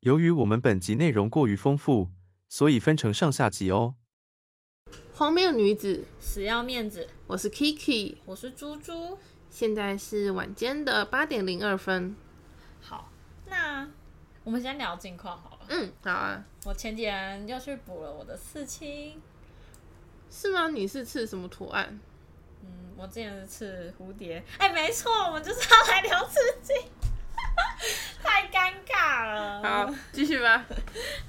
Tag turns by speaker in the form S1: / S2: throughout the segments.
S1: 由于我们本集内容过于丰富，所以分成上下集哦。
S2: 荒谬女子，
S3: 死要面子。
S2: 我是 Kiki，
S3: 我是猪猪。
S2: 现在是晚间的八点零二分。
S3: 好，那我们先聊近况好了。
S2: 嗯，好啊，
S3: 我前几天又去补了我的刺青，
S2: 是吗？你是刺什么图案？
S3: 嗯，我之前是刺蝴蝶。哎、没错，我们就是要来聊刺青， 太尴尬了。
S2: 好，继续吧。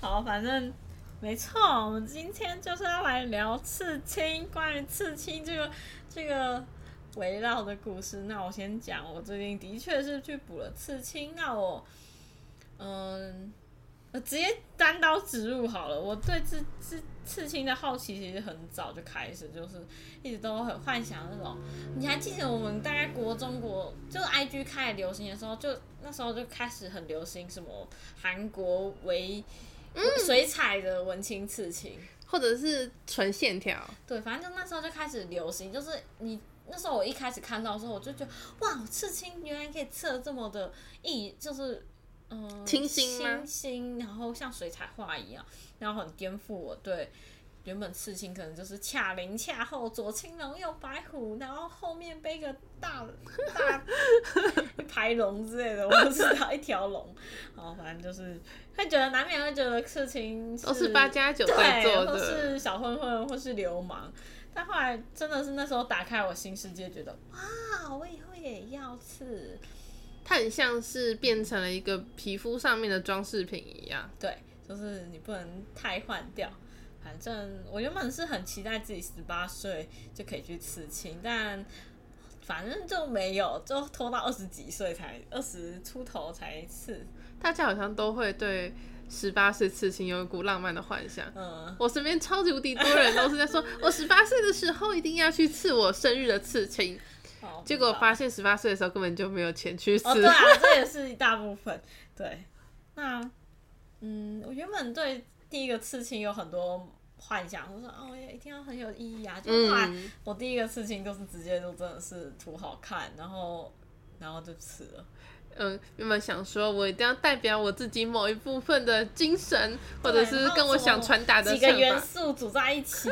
S3: 好，反正没错，我们今天就是要来聊刺青，关于刺青这个这个围绕的故事。那我先讲，我最近的确是去补了刺青。那我，嗯，我直接单刀直入好了。我对刺刺刺青的好奇其实很早就开始，就是一直都很幻想那种。你还记得我们大概国中国就是 IG 开始流行的时候，就那时候就开始很流行什么韩国为
S2: 嗯
S3: 水彩的文青刺青。
S2: 或者是纯线条，
S3: 对，反正就那时候就开始流行，就是你那时候我一开始看到的时候，我就觉得哇，刺青原来可以刺的这么的意，就是嗯、呃
S2: 清新吗
S3: 清新，然后像水彩画一样，然后很颠覆我对原本刺青可能就是恰零恰后，左青龙右白虎，然后后面背个大大一 排龙之类的，我不知道一条龙， 然后反正就是会觉得难免会觉得刺青
S2: 都是八加九在
S3: 对，
S2: 做
S3: 或
S2: 的。
S3: 是小混混，或是流氓。但后来真的是那时候打开我新世界，觉得哇，我以后也要刺。
S2: 它很像是变成了一个皮肤上面的装饰品一样。
S3: 对，就是你不能太换掉。反正我原本是很期待自己十八岁就可以去刺青，但反正就没有，就拖到二十几岁才二十出头才刺。
S2: 大家好像都会对十八岁刺青有一股浪漫的幻想。
S3: 嗯，
S2: 我身边超级无敌多人都是在说，我十八岁的时候一定要去刺我生日的刺青，
S3: 好
S2: 结果
S3: 不知道
S2: 发现十八岁的时候根本就没有钱去刺。
S3: 哦，对啊，这也是一大部分。对，那嗯，我原本对第一个刺青有很多幻想，我说哦，一定要很有意义啊。就是后来
S2: 嗯
S3: 我第一个刺青就是直接就真的是图好看，然后然后就刺了。
S2: 嗯，原本想说我一定要代表我自己某一部分的精神，或者是跟我想传达的
S3: 几个
S2: 想
S3: 元
S2: 法。
S3: 素组在一起，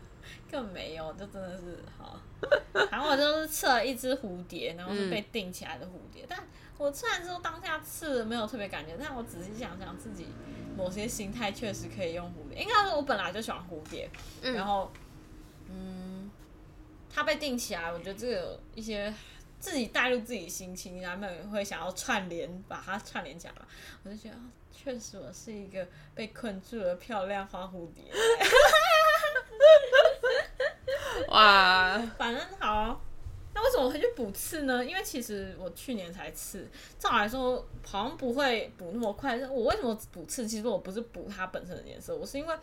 S3: 更没有，就真的是好。然后我就是刺了一只蝴蝶，然后是被定起来的蝴蝶。但我虽然说当下刺没有特别感觉，但我仔细想想自己某些心态确实可以用蝴蝶。应该是我本来就喜欢蝴蝶，
S2: 嗯
S3: 然后嗯，它被定起来，我觉得这个有一些。自己带入自己心情，难免会想要串联，把它串联起来吧。我就觉得，哦确实我是一个被困住的漂亮花蝴蝶。
S2: 哇，
S3: 反正好，啊那为什么我会去补刺呢？因为其实我去年才刺，照理来说好像不会补那么快。我为什么补刺？其实我不是补它本身的颜色，我是因为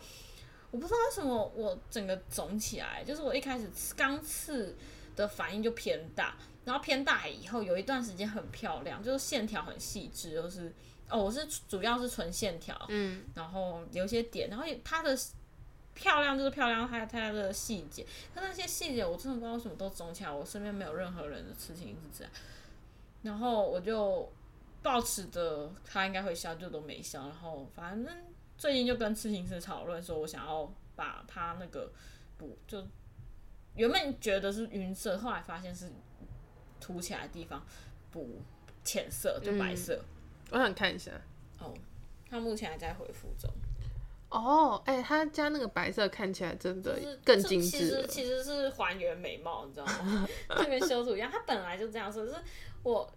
S3: 我不知道为什么我整个肿起来，就是我一开始刺刚刺的反应就偏大，然后偏大以后有一段时间很漂亮，就是线条很细致，就是哦，我是主要是纯线条，
S2: 嗯，
S3: 然后有一些点，然后它的漂亮就是漂亮，它它的细节，它那些细节我真的不知道为什么都肿起来，我身边没有任何人的事情是这样，然后我就抱持着它应该会消就都没消，然后反正最近就跟刺青师讨论说，我想要把它那个补就原本觉得是晕色，后来发现是凸起来的地方补浅色，就白色。
S2: 我想看一下。
S3: 哦，它目前还在恢复中。
S2: 哦，哎、他加那个白色看起来真的
S3: 就是
S2: 更
S3: 这
S2: 精致了。
S3: 其实其实是还原美貌，你知道吗？ 就跟修图一样，它本来就这样子。就是我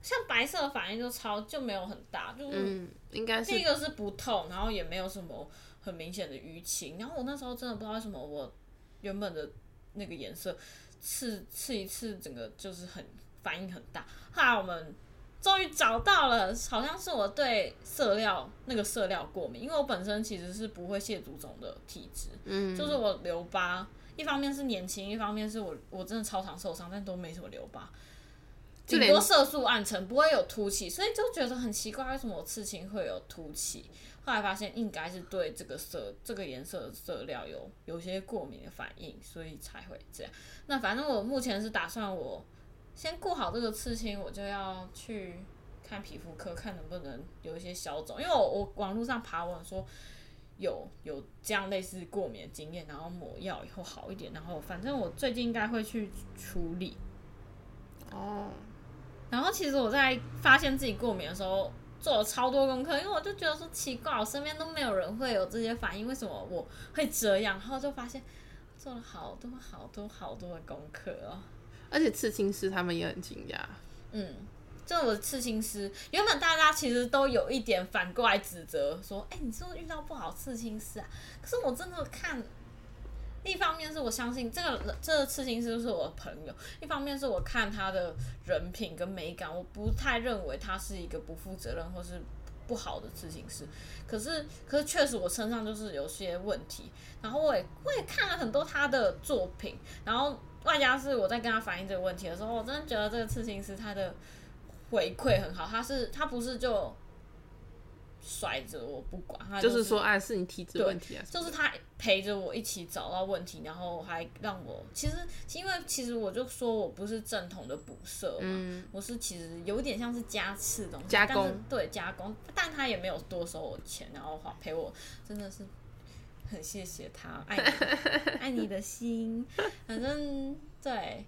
S3: 像白色的反应就超就没有很大，就是
S2: 嗯，应该是
S3: 第一个是不痛，然后也没有什么很明显的淤青。然后我那时候真的不知道为什么我原本的那个颜色刺刺一次，整个就是很反应很大。后来我们。终于找到了，好像是我对色料那个色料过敏，因为我本身其实是不会蟹足肿的体质，
S2: 嗯，
S3: 就是我留疤，一方面是年轻，一方面是我我真的超常受伤，但都没什么留疤，
S2: 就
S3: 顶
S2: 连
S3: 多色素暗沉，不会有凸起，所以就觉得很奇怪，为什么我刺青会有凸起？后来发现应该是对这个色、这个颜色的色料有有些过敏的反应，所以才会这样。那反正我目前是打算我先顾好这个刺青，我就要去看皮肤科，看能不能有一些消肿。因为我我网络上爬文说有有这样类似过敏的经验，然后抹药以后好一点，然后反正我最近应该会去处理。
S2: 哦，
S3: 然后其实我在发现自己过敏的时候，做了超多功课，因为我就觉得说奇怪，我身边都没有人会有这些反应，为什么我会这样？然后就发现做了好多好多好多的功课哦。
S2: 而且刺青师他们也很惊讶，
S3: 嗯，这我的刺青师，原本大家其实都有一点反过来指责说，哎、你是不是遇到不好刺青师啊？可是我真的看。一方面是我相信这个人这个刺青师是我的朋友，一方面是我看他的人品跟美感，我不太认为他是一个不负责任或是不好的刺青师。可是，可是确实我身上就是有些问题，然后我也我也看了很多他的作品，然后外加是我在跟他反映这个问题的时候，我真的觉得这个刺青师他的回馈很好，他是他不是就甩着我不管，他
S2: 就是是说，哎，是你体质问题啊，
S3: 就是他陪着我一起找到问题，然后还让我其实因为其实我就说我不是正统的补色嘛，
S2: 嗯
S3: 我是其实有点像是加刺的东西，
S2: 加工
S3: 但是对加工，但他也没有多收我钱，然后花陪我真的是很谢谢他，爱 你爱你的心，反正对。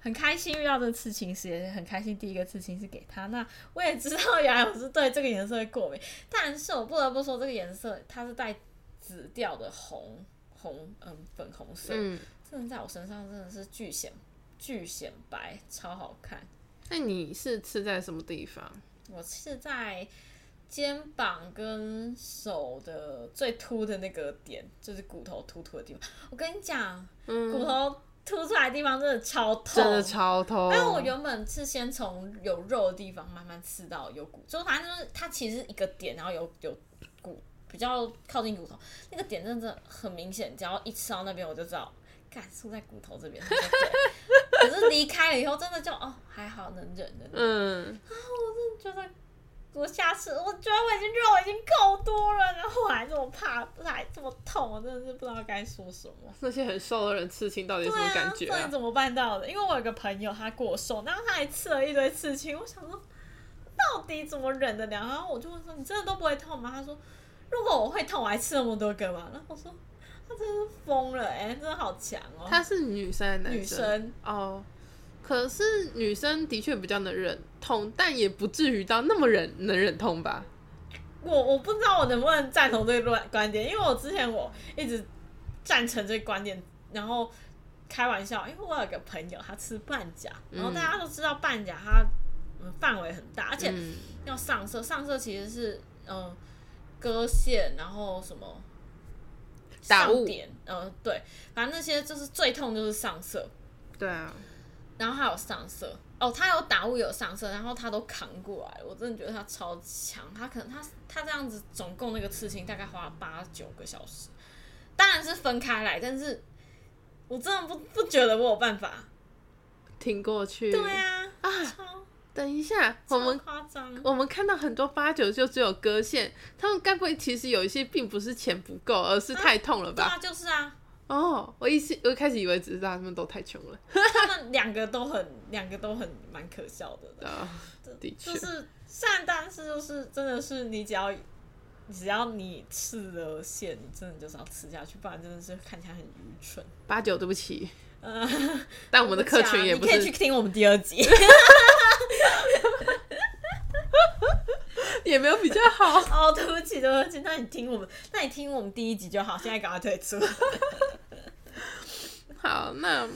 S3: 很开心遇到这个刺青师，也很开心第一个刺青是给他。那我也知道原来我是对这个颜色会过敏，但是我不得不说这个颜色它是带紫调的红红嗯粉红色，
S2: 嗯，
S3: 真的在我身上真的是巨显巨显白，超好看。
S2: 那你是刺在什么地方？
S3: 我是在肩膀跟手的最凸的那个点，就是骨头突突的地方。我跟你讲，骨
S2: 嗯，
S3: 头凸出来的地方真的超痛，
S2: 真的超痛。
S3: 因为啊我原本是先从有肉的地方慢慢刺到有骨，就反正就是它其实是一个点，然后有有骨比较靠近骨头，那个点真的很明显，只要一吃到那边我就知道，感触在骨头这边。 对可是离开了以后，真的就哦还好能忍能忍。
S2: 嗯，
S3: 就算我下次，我觉得我已经肉已经够多了，然后我还这么怕，还这么痛，我真的是不知道该说什么。
S2: 那些很瘦的人刺青到底有什么感觉
S3: 对啊，这
S2: 啊
S3: 你？怎么办到的？因为我有个朋友他过瘦，然后他还刺了一堆刺青，我想说到底怎么忍得了？然后我就问说：“你真的都不会痛吗？”他说：“如果我会痛，我还刺那么多个嘛。”然后我说：“他真的是疯了、哎，真的好强哦、
S2: 她是女生还是男
S3: 女生
S2: 哦，可是女生的确比较能忍痛，但也不至于到那么忍能忍痛吧？
S3: 我我不知道我能不能赞同这个观观点，因为我之前我一直赞成这个观点，然后开玩笑，因为我有个朋友他吃半甲，
S2: 嗯
S3: 然后大家都知道半甲它嗯范围很大，而且
S2: 嗯，
S3: 要上色，上色其实是嗯、呃割线，然后什么
S2: 打
S3: 上
S2: 雾
S3: 点，嗯对，反正那些就是最痛就是上色，
S2: 对啊，
S3: 然后他有上色，哦，他有打雾有上色，然后他都扛过来，我真的觉得他超强。他可能他他这样子总共那个刺青大概花了八九个小时，当然是分开来，但是我真的不不觉得我有办法。
S2: 挺过去。
S3: 对啊，超
S2: 等一下，我
S3: 超
S2: 们
S3: 夸张。
S2: 我们看到很多八九就只有割线，他们该不会其实有一些并不是钱不够，而是太痛了
S3: 对
S2: 吧？
S3: 啊，就是啊，
S2: 哦，我一是我一开始以为只是他们都太穷了，
S3: 他们两个都很，两个都很蛮可笑的。
S2: 啊，的确
S3: 嗯就，是善，但是就是真的是你只要只要你吃了线，你真的就是要吃下去，不然真的是看起来很愚蠢。
S2: 八九对不起，
S3: 嗯，
S2: 但我们的客群也
S3: 不
S2: 不
S3: 是啊你可以
S2: 是
S3: 去听我们第 二集，
S2: 也没有比较好。
S3: 哦，对不起，对不起，那你听我们，那你听我们第一集就好，现在赶快退出。
S2: 好，那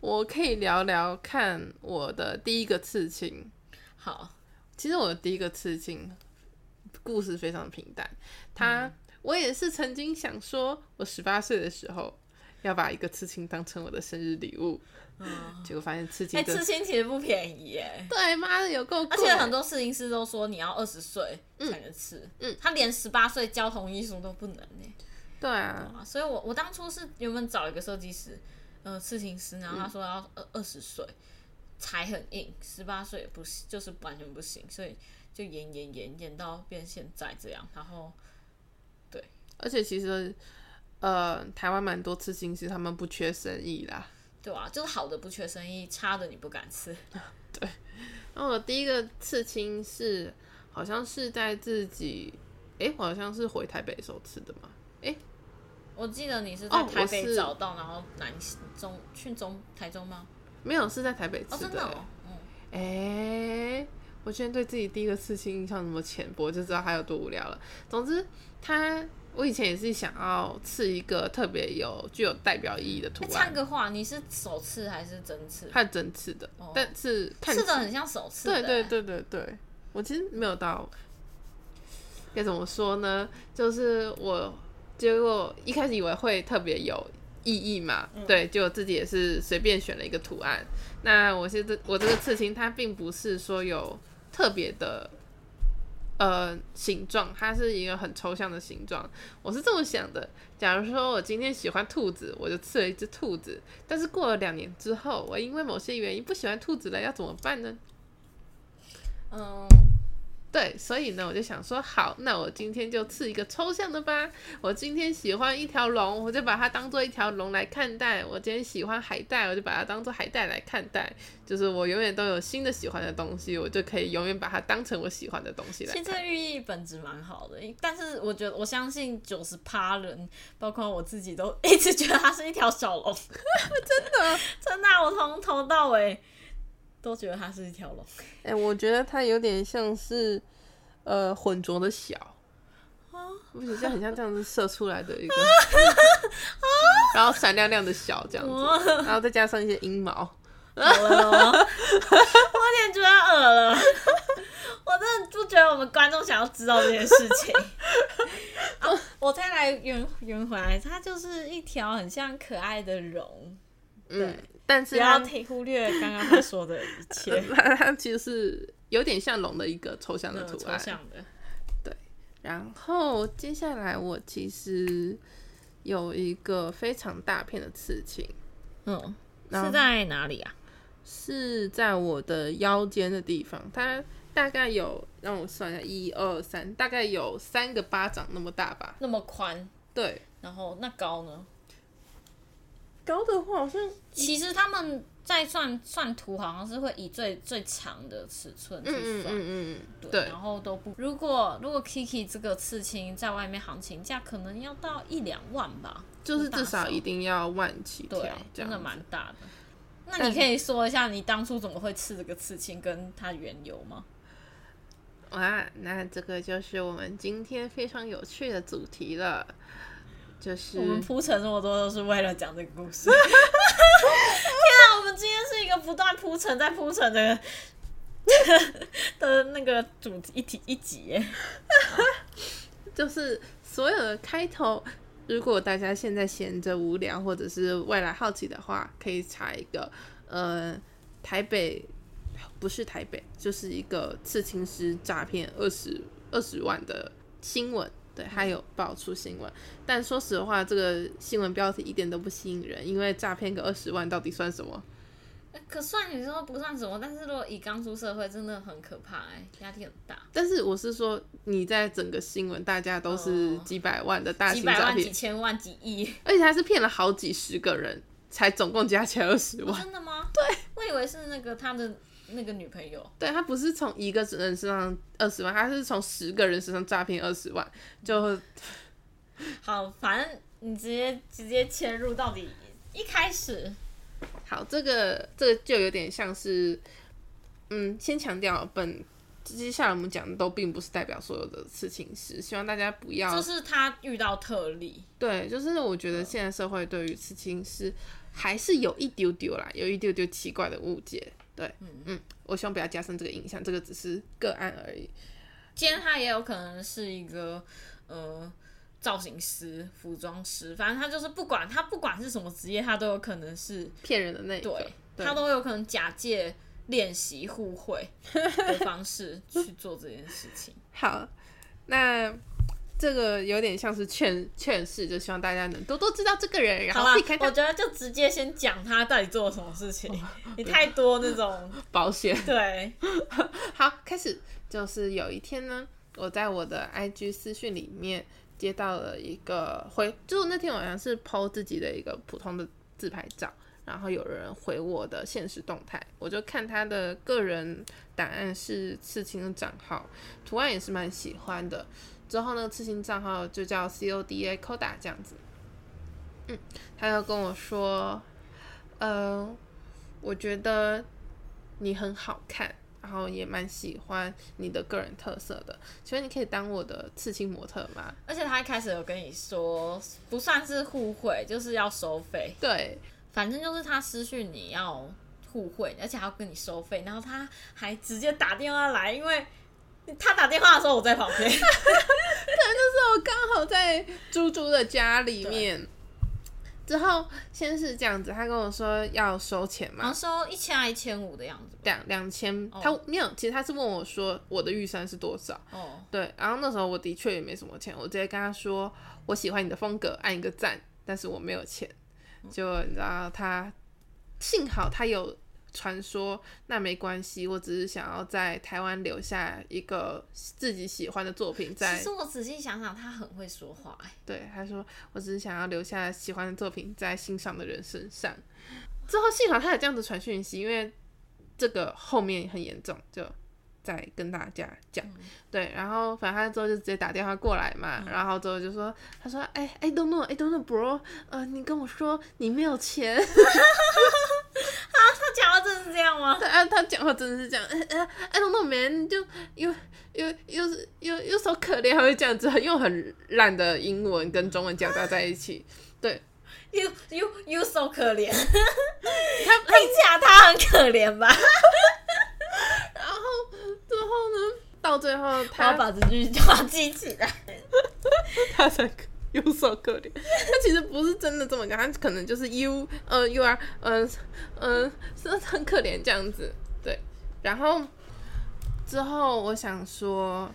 S2: 我可以聊聊看我的第一个刺青。
S3: 好，
S2: 其实我的第一个刺青故事非常平淡，
S3: 嗯
S2: 他、我也是曾经想说，我十八岁的时候要把一个刺青当成我的生日礼物，
S3: 嗯，
S2: 结果发现刺
S3: 哎、
S2: 青真
S3: 刺
S2: 的、
S3: 青其实不便宜耶，
S2: 对妈的有够贵，
S3: 而且很多刺青师都说你要二十岁才能刺，
S2: 嗯
S3: 他连十八岁交同意书都不能呢。
S2: 对啊，
S3: 啊，所以我我当初是原本找一个设计师，呃，刺青师，然后
S2: 嗯
S3: 他说要二二十岁才很硬，十八岁也不行，就是完全不行，所以就延延延延到变现在这样，然后
S2: 而且其实呃，台湾蛮多刺青师他们不缺生意啦，
S3: 对啊，就是好的不缺生意，差的你不敢吃。
S2: 然后我第一个刺青是，好像是在自己，诶，我好像是回台北的时候刺的嘛。
S3: 我记得你是在
S2: 哦
S3: 台
S2: 我
S3: 北
S2: 是
S3: 找到，然后南中去中台中吗？
S2: 没有，是在台北
S3: 哦，
S2: 刺
S3: 真的
S2: 诶
S3: 哦，嗯，
S2: 哎、我居然对自己第一个刺青印象那么浅薄，就知道它有多无聊了。总之，它我以前也是想要刺一个特别有具有代表意义的图
S3: 那
S2: 案
S3: 唱，个话，你是首次还是真次？
S2: 它是针刺的，
S3: 哦
S2: 但是看
S3: 刺的很像首次的
S2: 对
S3: 欸，
S2: 对对对对，我其实没有到该怎么说呢，就是我结果一开始以为会特别有意义嘛，
S3: 嗯
S2: 对，结果自己也是随便选了一个图案。那我现在我这个刺青它并不是说有特别的。呃，形状它是一个很抽象的形状，我是这么想的。假如说我今天喜欢兔子，我就刺了一只兔子。但是过了两年之后，我因为某些原因不喜欢兔子了，要怎么办呢？
S3: 嗯，
S2: 对，所以呢，我就想说，好，那我今天就刺一个抽象的吧。我今天喜欢一条龙，我就把它当做一条龙来看待；我今天喜欢海带，我就把它当做海带来看待。就是我永远都有新的喜欢的东西，我就可以永远把它当成我喜欢的东西来
S3: 其实这寓意本质蛮好的，但是我觉得我相信九十趴人，包括我自己都一直觉得它是一条 小龙，真的真的啊、我从头到尾都觉得它是一条 龙。
S2: 哎、我觉得它有点像是呃混浊的小
S3: 啊，
S2: 我觉得很像这样子射出来的一个，啊然后闪亮亮的小这样
S3: 哇
S2: 子，然后再加上一些阴毛。
S3: 好了哦，我有点觉得恶了，我真的不觉得我们观众想要知道这件事 情。啊、我再来圆圆回来，它就是一条很像可爱的龙，
S2: 嗯，但
S3: 不
S2: 是
S3: 要
S2: 它。
S3: 听忽略刚刚他说的一切
S2: 它它其实是有点像龙的一个抽象的
S3: 嗯
S2: 图
S3: 抽
S2: 案。
S3: 象的，
S2: 然后接下来我其实有一个非常大片的刺青，
S3: 嗯，
S2: 然后
S3: 是在哪里啊？
S2: 是在我的腰间的地方，它大概有让我算一下，一二三，大概有三个巴掌那么大吧。
S3: 那么宽，
S2: 对，
S3: 然后那高呢？
S2: 高的话好像嗯
S3: 其实他们在算算图，好像是会以最最长的尺寸去
S2: 嗯
S3: 算。
S2: 嗯嗯嗯，
S3: 对，
S2: 对
S3: 然，后都不。如果如果 Kiki 这个刺青在外面行情价可能要到一两万吧，
S2: 就是
S3: 大小
S2: 至少一定要万起跳
S3: 对，，啊
S2: 这
S3: 真的
S2: 样
S3: 蛮
S2: 子。
S3: 大的。那
S2: 但
S3: 你可以说一下你当初怎么会刺这个刺青，跟它缘由吗？
S2: 哇，那这个就是我们今天非常有趣的主题了，就是
S3: 我们铺陈这么多都是为了讲这个 故事。天啊，我们今天是一个不断铺陈再铺陈的 的那个主题一题一集耶。
S2: 就是所有的开头，如果大家现在闲着无聊，或者是未来好奇的话，可以查一个，呃，台北不是台北，就是一个刺青师诈骗二十二十万的新闻。对，还有爆出新闻，但说实话，这个新闻标题一点都不吸引人，因为诈骗个二十万到底算什么？
S3: 呃可算你说不算什么，但是如果以刚出社会，真的很可怕哎、压力很大。
S2: 但是我是说，你在整个新闻，大家都是
S3: 哦
S2: 几百万的大
S3: 几
S2: 型
S3: 百
S2: 诈
S3: 万、几
S2: 骗，
S3: 千万、几亿。
S2: 而且他是骗了好几十个人，才总共加起来二十
S3: 哦
S2: 万。
S3: 真的吗？对，我以为是那个他的那个女朋友。
S2: 对他不是从一个人身上二十万，他是从十个人身上诈骗二十万，就
S3: 好，反正你直接直接切入到底一开始，
S2: 好，这个这个就有点像是，嗯，先强调本接下来我们讲的都并不是代表所有的事情是，希望大家不要
S3: 就是他遇到特例，
S2: 对，就是我觉得现在社会对于刺青是还是有一丢丢啦，有一丢丢奇怪的误解。对，嗯我希望不要加深这个印象，这个只是个案而已。
S3: 今天他也有可能是一个呃造型师、服装师，反正他就是不管他不管是什么职业，他都有可能是
S2: 骗人的那一个，
S3: 对，
S2: 对
S3: 他都有可能假借练习互惠的方式去做这件事情。
S2: 好，那这个有点像是劝劝世，就希望大家能多多知道这个人，然
S3: 好
S2: 后
S3: 啦
S2: 避开，
S3: 我
S2: 他
S3: 觉得就直接先讲他到底做了什么事情， 你太多那种
S2: 保险。
S3: 对，
S2: 好，开始就是有一天呢，我在我的 IG 私讯里面接到了一个回，就是那天晚上是 PO 自己的一个普通的自拍照，然后有人回我的现实动态，我就看他的个人档案是刺青的账号，图案也是蛮喜欢的。之后那个刺青账号就叫 CODA Coda 这样子，嗯，他就跟我说，呃，我觉得你很好看，然后也蛮喜欢你的个人特色的，请问你可以当我的刺青模特吗？
S3: 而且他一开始有跟你说，不算是互惠，就是要收费。
S2: 对，
S3: 反正就是他失去你要互惠，而且还要跟你收费，然后他还直接打电话来，因为他打电话的时候我在旁边，
S2: 我刚好在猪猪的家里面。之后先是这样子，他跟我说要收钱
S3: 然后
S2: 嘛，
S3: 收一千还一千五的样子吧。
S2: 两两千，他没有，其实他是问我说我的预算是多少，
S3: 哦，
S2: 对，然后那时候我的确也没什么钱，我直接跟他说我喜欢你的风格，按一个赞，但是我没有钱。
S3: 嗯
S2: 就你知道他，幸好他有传说，那没关系，我只是想要在台湾留下一个自己喜欢的作品
S3: 其
S2: 在。
S3: 实我仔细想想，他很会说话、哎
S2: 对，他说我只是想要留下喜欢的作品在欣赏的人身上。之后幸好他有这样子传讯息，因为这个后面很严重，就再跟大家讲。对，然后反正他之后就直接打电话过来嘛，然后之后就说，他说，哎哎，don't know，哎，don't know bro，呃，你跟我说你没有钱，
S3: 他讲话真的是这样吗？
S2: 对啊，他讲话真的是这样，哎哎，I don't know man，就又又又是又又手可怜，还会这样子，用很烂的英文跟中文夹杂在一起，对，
S3: You you you so 可 怜，
S2: 他他
S3: 听起来他很可怜吧？
S2: 然后最后呢，到最后
S3: 我要
S2: 他
S3: 把这句话记起来。
S2: 他才有所可怜。他其实不是真的这么讲，他可能就是 you 呃 you are 呃呃是很可怜这样子。对，然后之后我想说，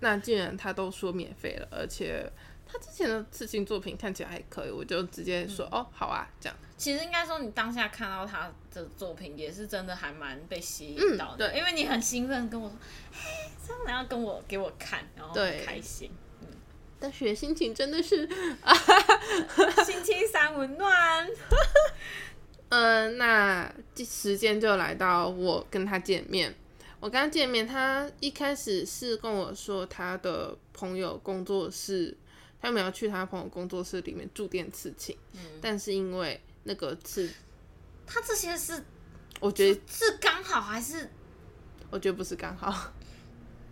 S2: 那既然他都说免费了，而且。他之前的刺青作品看起来还可以，我就直接说、哦，好啊，这样。
S3: 其实应该说，你当下看到他的作品，也是真的还蛮被吸引到的，
S2: 嗯对
S3: 因为你很兴奋跟我说，嘿，这样你要跟我给我看，然后
S2: 对
S3: 很开心，
S2: 大学心情真的是
S3: 星期三温暖，
S2: 嗯，那这时间就来到我跟他见面。我跟他见面，他一开始是跟我说他的朋友工作室，他们要去他朋友工作室里面驻店刺青，
S3: 嗯
S2: 但是因为那个刺，
S3: 他这些是
S2: 我觉得
S3: 是刚好还是
S2: 我觉得不是刚 好，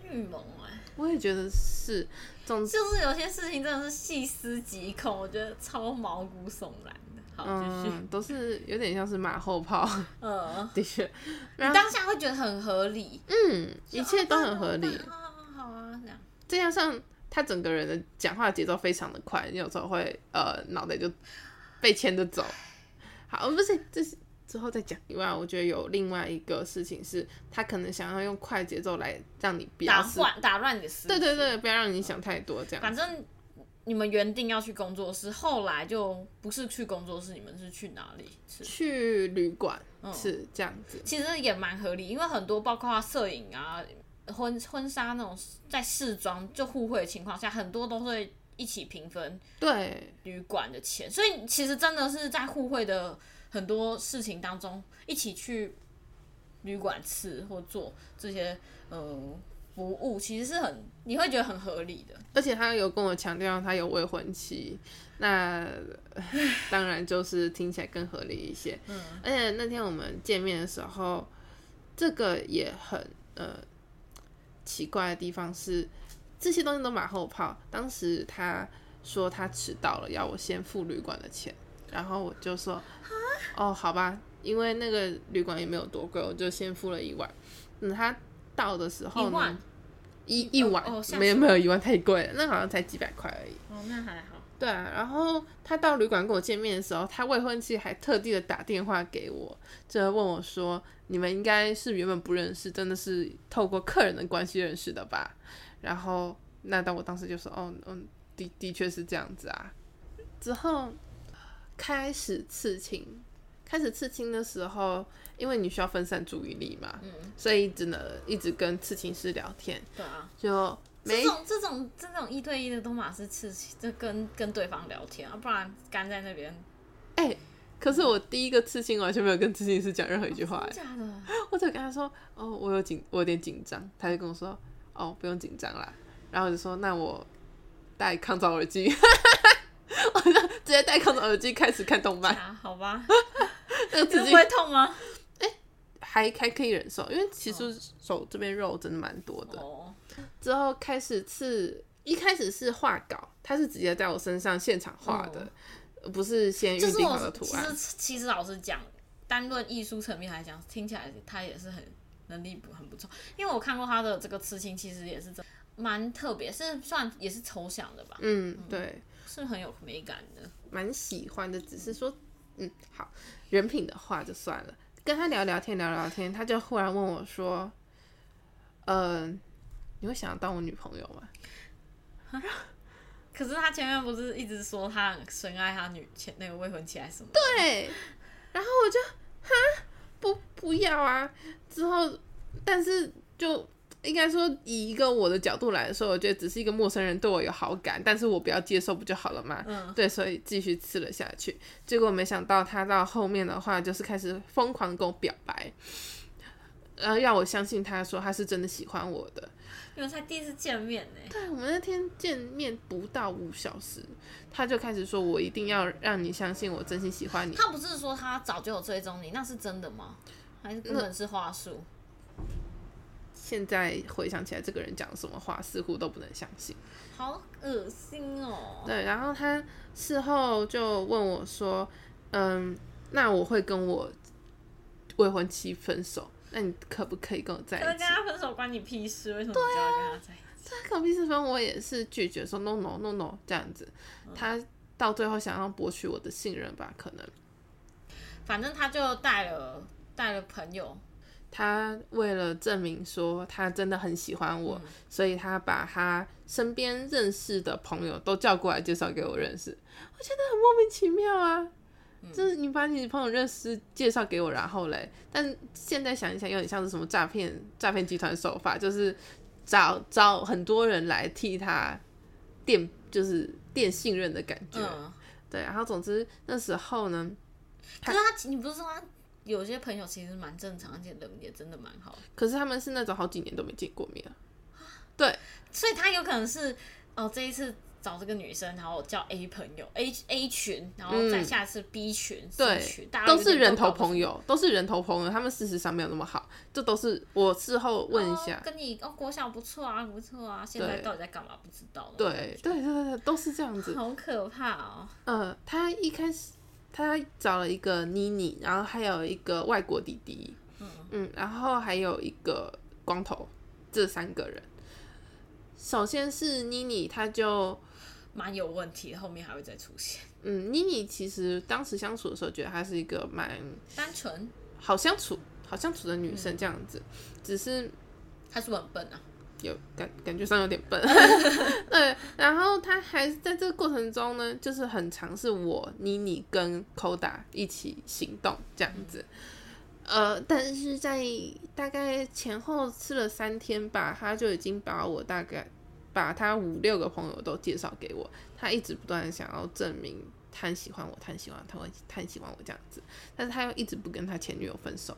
S3: 预谋哎、
S2: 我也觉得是，总之
S3: 就是有些事情真的是细思极恐，我觉得超毛骨悚然的。好，继续，
S2: 嗯，都是有点像是马后炮，
S3: 呃，
S2: 的确，
S3: 你当下会觉得很合理，
S2: 啊嗯，一切都很合理
S3: 啊，好啊好啊，这样。
S2: 再加上他整个人的讲话节奏非常的快，你有时候会呃脑袋就被牵着走。好，不是，这是之后再讲。以外，我觉得有另外一个事情是，他可能想要用快节奏来让你不要
S3: 打
S2: 思，
S3: 乱打乱你的思绪。
S2: 对对对，不要让你想太多这样。
S3: 反正你们原定要去工作室，后来就不是去工作室，你们是去哪里？是
S2: 去旅馆是这样子，
S3: 其实也蛮合理，因为很多包括摄影啊、婚婚纱那种在试妆就互惠的情况下，很多都会一起平分
S2: 对
S3: 旅馆的钱，所以其实真的是在互惠的很多事情当中，一起去旅馆吃或做这些呃服务，其实是很你会觉得很合理的。
S2: 而且他有跟我强调他有未婚妻， 那当然就是听起来更合理一些。嗯，而且那天我们见面的时候，这个也很呃奇怪的地方是，这些东西都马后炮。当时他说他迟到了，要我先付旅馆的钱，然后我就
S3: 啊
S2: 说哦，好吧，因为那个旅馆也没有多贵，我就先付了一晚。嗯，他到的时
S3: 一
S2: 候呢
S3: 万，
S2: 一一晚，
S3: 哦吓
S2: 没有
S3: 死
S2: 没有一万太贵了，那好像才几百块而已。
S3: 哦，那还好。
S2: 对啊，然后他到旅馆跟我见面的时候，他未婚妻还特地的打电话给我，就问我说：“你们应该是原本不认识，真的是透过客人的关系认识的吧？”然后那当我当时就说：“哦，嗯，的的确是这样子啊。”之后开始刺青，开始刺青的时候，因为你需要分散注意力嘛，所以只能一直跟刺青师聊天，
S3: 对啊，
S2: 就没
S3: 这种这种这种一对一的都马是刺激，这跟跟对方聊天啊，不然干在那边
S2: 哎可是我第一个刺青完全没有跟刺青师讲任何一句话、
S3: 哦真
S2: 欸，
S3: 假的？
S2: 我只有跟他说，哦，我有紧，我有点紧张，他就跟我说，哦，不用紧张啦，然后我就说，那我戴抗噪耳 机，我就直接戴抗噪耳机开始看动 漫，
S3: 啊，好 吧，
S2: 那个刺
S3: 这
S2: 青
S3: 不会痛吗？
S2: 还还可以忍受，因为其实手这边肉真的蛮多的，
S3: 哦，
S2: 之后开始刺，一开始是画稿，他是直接在我身上现场画的，不是先预
S3: 哦就是
S2: 定好的
S3: 我
S2: 图
S3: 其
S2: 案
S3: 实。其实老实讲，单论艺术层面来讲，听起来他也是很能力不很不错，因为我看过他的这个刺青，其实也是真蛮特别，是算也是抽象的吧，
S2: 嗯，对，
S3: 是很有美感的。
S2: 蛮喜欢的，只是说，嗯，好，人品的话就算了。跟他聊聊天，聊聊天，他就忽然问我说：“嗯、你会想要当我女朋友吗
S3: 可是他前面不是一直说他很深爱他女前那个未婚妻还是什么？？”
S2: 对，然后我就哈不不要啊。之后，但是就应该说，以一个我的角度来说，我觉得只是一个陌生人对我有好感，但是我不要接受不就好了嘛？
S3: 嗯，
S2: 对，所以继续刺了下去。结果没想到他到后面的话，就是开始疯狂跟我表白，然后要我相信他说他是真的喜欢我的。
S3: 因为才第一次见面呢、
S2: 对，我们那天见面不到五小时，他就开始说我一定要让你相信我真心喜欢你。
S3: 他不是说他早就有追踪你，那是真的吗？还是根本是话术？
S2: 现在回想起来，这个人讲什么话似乎都不能相信。
S3: 好恶心哦！
S2: 对，然后他事后就问我说：“嗯，那我会跟我未婚妻分手，那你可不可以跟我在
S3: 可是
S2: 一
S3: 跟
S2: 起？”
S3: 他分手关你屁事，为什么你就要跟他在一起？
S2: 他跟我屁事分，我也是拒绝说 no no no no 这样子。他到最后想要博取我的信任吧，可能
S3: 反正他就带了带了朋友，
S2: 他为了证明说他真的很喜欢我，所以他把他身边认识的朋友都叫过来介绍给我认识。我觉得很莫名其妙啊，就是你把你朋友认识介绍给我，然后嘞，但现在想一想，有点像是什么诈骗诈骗集团手法，就是找找很多人来替他垫，就是垫信任的感觉。
S3: 嗯，
S2: 对，然后总之那时候呢，
S3: 可是他你不是说他有些朋友其实蛮正常，而且人也真的蛮好的，
S2: 可是他们是那种好几年都没见过面了。对，
S3: 所以他有可能是哦这一次。找这个女生，然后我叫 A 朋友 A A 群，然后再
S2: 嗯
S3: 下次 B 群、
S2: 对
S3: C 群，大家
S2: 都
S3: 有点
S2: 是人头
S3: 搞不
S2: 朋友，都是人头朋友，他们事实上没有那么好，这都是我事后问一下。
S3: 哦跟你哦，国小不错啊，不错啊，现在
S2: 对
S3: 到底在干嘛不知道。
S2: 对对对对对，都是这样
S3: 那种感觉，
S2: 子。
S3: 好可怕哦。
S2: 呃，他一开始他找了一个妮妮，然后还有一个外国弟弟，
S3: 嗯
S2: 然后还有一个光头，这三个人。首先是妮妮，她就
S3: 蛮有问题的，后面还会再出现。
S2: 嗯，妮妮其实当时相处的时候，觉得她是一个蛮
S3: 单纯，
S2: 好相处、好相处的女
S3: 嗯
S2: 生这样子，只是
S3: 他是不是很笨啊？
S2: 有感感觉上有点笨，对。然后他还在这个过程中呢，就是很尝试我、妮妮跟 Koda 一起行动这样子。呃，但是在大概前后吃了三天吧，他就已经把我大概把他五六个朋友都介绍给我，他一直不断地想要证明他很喜欢我，他很喜欢他，他很喜欢我这样子，但是他又一直不跟他前女友分手。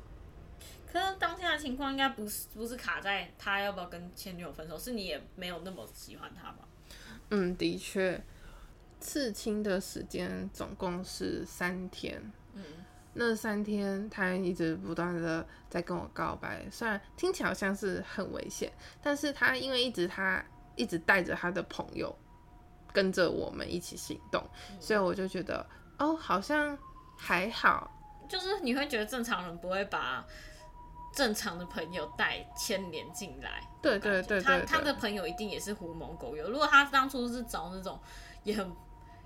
S3: 可是当下的情况应该不是不是卡在他要不要跟前女友分手，是你也没有那么喜欢他吧？
S2: 嗯，的确，刺青的时间总共是三天。
S3: 嗯，
S2: 那三天他一直不断的在跟我告白，虽然听起来好像是很危险，但是他因为一直他一直带着他的朋友跟着我们一起行动，
S3: 嗯
S2: 所以我就觉得哦，好像还好，
S3: 就是你会觉得正常人不会把正常的朋友带牵连进来。
S2: 对对对对
S3: 他
S2: 对
S3: 他的朋友一定也是狐朋狗友。如果他当初是找那种也很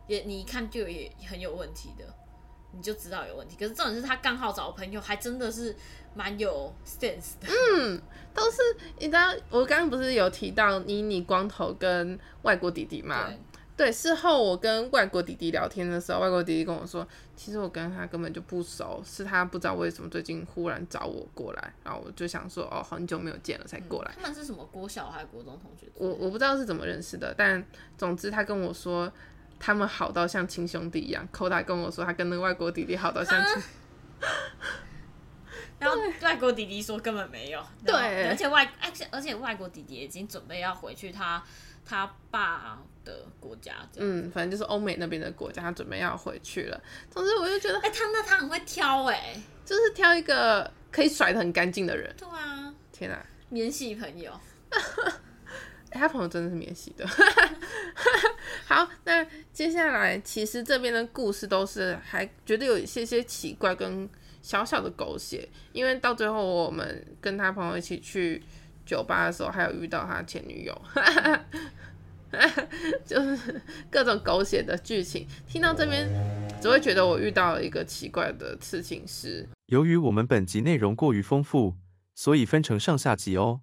S3: 也你一看就也很有问题的，你就知道有问题。可是这种是他刚好找的朋友，还真的是蛮有 sense 的。
S2: 嗯，都是你知道，我刚刚不是有提到妮妮光头跟外国弟弟吗？
S3: 对，
S2: 对，事后我跟外国弟弟聊天的时候，外国弟弟跟我说，其实我跟他根本就不熟，是他不知道为什么最近忽然找我过来，然后我就想说，哦，很久没有见了才过来。
S3: 他们是什么国小还是国中同学？
S2: 我我不知道是怎么认识的，但总之他跟我说，他们好到像亲兄弟一样。口打跟我说，他跟那个外国弟弟好到像亲，
S3: 然后外国弟弟说根本没有，
S2: 对
S3: 然后而且外而且而且外国弟弟已经准备要回去他他爸的国家，这样。
S2: 嗯，反正就是欧美那边的国家，他准备要回去了。总之，我就觉得
S3: 哎、他那他很会挑哎、
S2: 就是挑一个可以甩的很干净的人。
S3: 对啊，
S2: 天哪、
S3: 免洗朋友，
S2: 欸他朋友真的是免洗的。 好，那接下来其实这边的故事都是还觉得有一些些奇怪跟小小的狗血，因为到最后我们跟他朋友一起去酒吧的时候，还有遇到他前女友， 就是各种狗血的剧情。听到这边，只会觉得我遇到了一个奇怪的刺青师。
S1: 由于我们本集内容过于丰富，所以分成上下集哦。